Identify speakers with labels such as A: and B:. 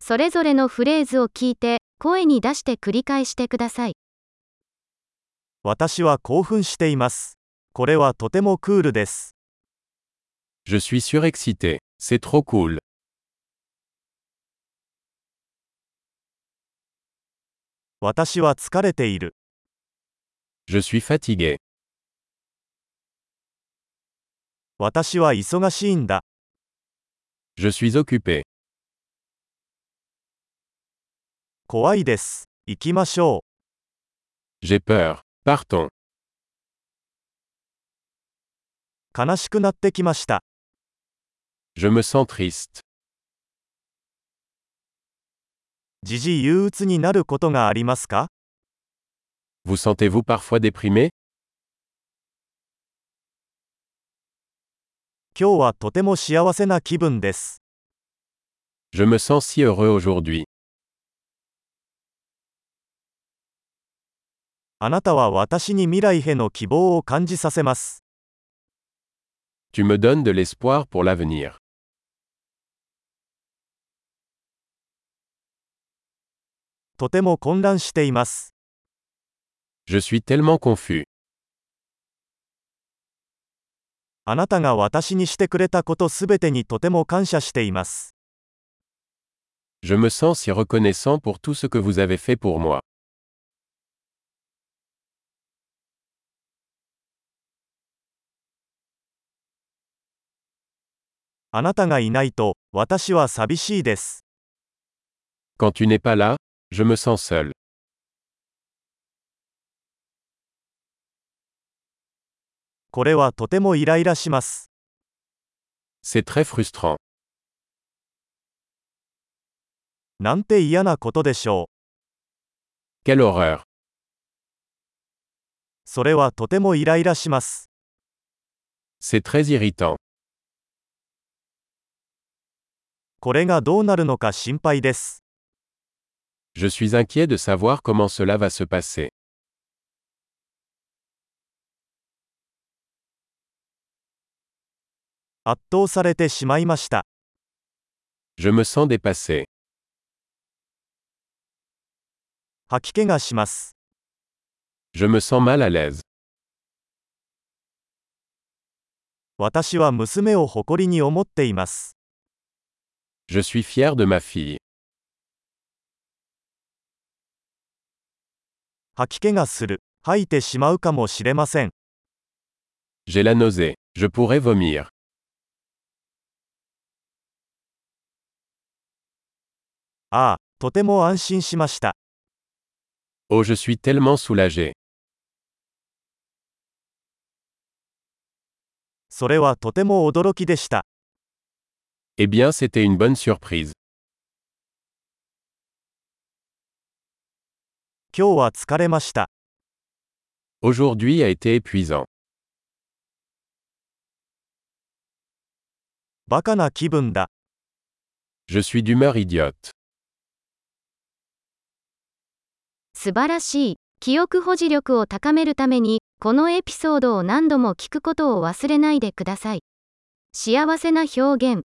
A: それぞれのフレーズを聞いて、声に出して繰り返してください。
B: 私は興奮しています。これはとてもクールです。
C: Je suis surexcité. C'est trop cool.
B: 私は疲れている。
C: Je suis fatigué.
B: 私は忙しいんだ。
C: Je suis occupé.
B: 怖いです。行きましょう。
C: J'ai peur. Partons.
B: 悲しくなってきました。
C: Je me sens triste.
B: 時々憂鬱になることがありますか
C: Vous sentez-vous parfois déprimé
B: 今日はとても幸せな気分です。
C: Je me sens si heureux aujourd'hui.
B: あなたは私に未来への希望を感じさせます。
C: Tu me donnes de l'espoir pour l'avenir.
B: とても混乱しています。
C: Je suis tellement confus.
B: あなたが私にしてくれたことすべてにとても感謝しています。
C: Je me sens si reconnaissant pour tout ce que vous avez fait pour moi.
B: あなたがいないと、私は寂しいです。
C: Quand tu n'es pas là, je me sens seul.
B: これはとてもイライラします。
C: C'est très frustrant.
B: なんて嫌なことでしょう。
C: Quelle horreur.
B: それはとてもイライラします。
C: C'est très irritant.
B: これがどうなるのか心配です。
C: Je suis inquiet de savoir comment cela va se passer.
B: 圧倒されてしまいました。
C: Je me sens dépassé.
B: 吐き気がします。
C: Je me sens mal à l'aise.
B: 私は娘を誇りに思っています。
C: Je suis fier de ma fille.
B: 吐き気がする。吐いてしまうかもしれません。
C: J'ai la nausée. Je pourrais vomir.
B: ああ、とても安心しました。
C: Oh, je suis tellement soulagé.
B: それはとても驚きでした。
C: Eh bien, c'était une bonne surprise.
B: 今日は疲れました。
C: Aujourd'hui a été épuisant.
B: バカな気分だ。
C: Je suis d'humeur idiote.
A: 素晴らしい。記憶保持力を高めるために、このエピソードを何度も聞くことを忘れないでください。幸せな表現、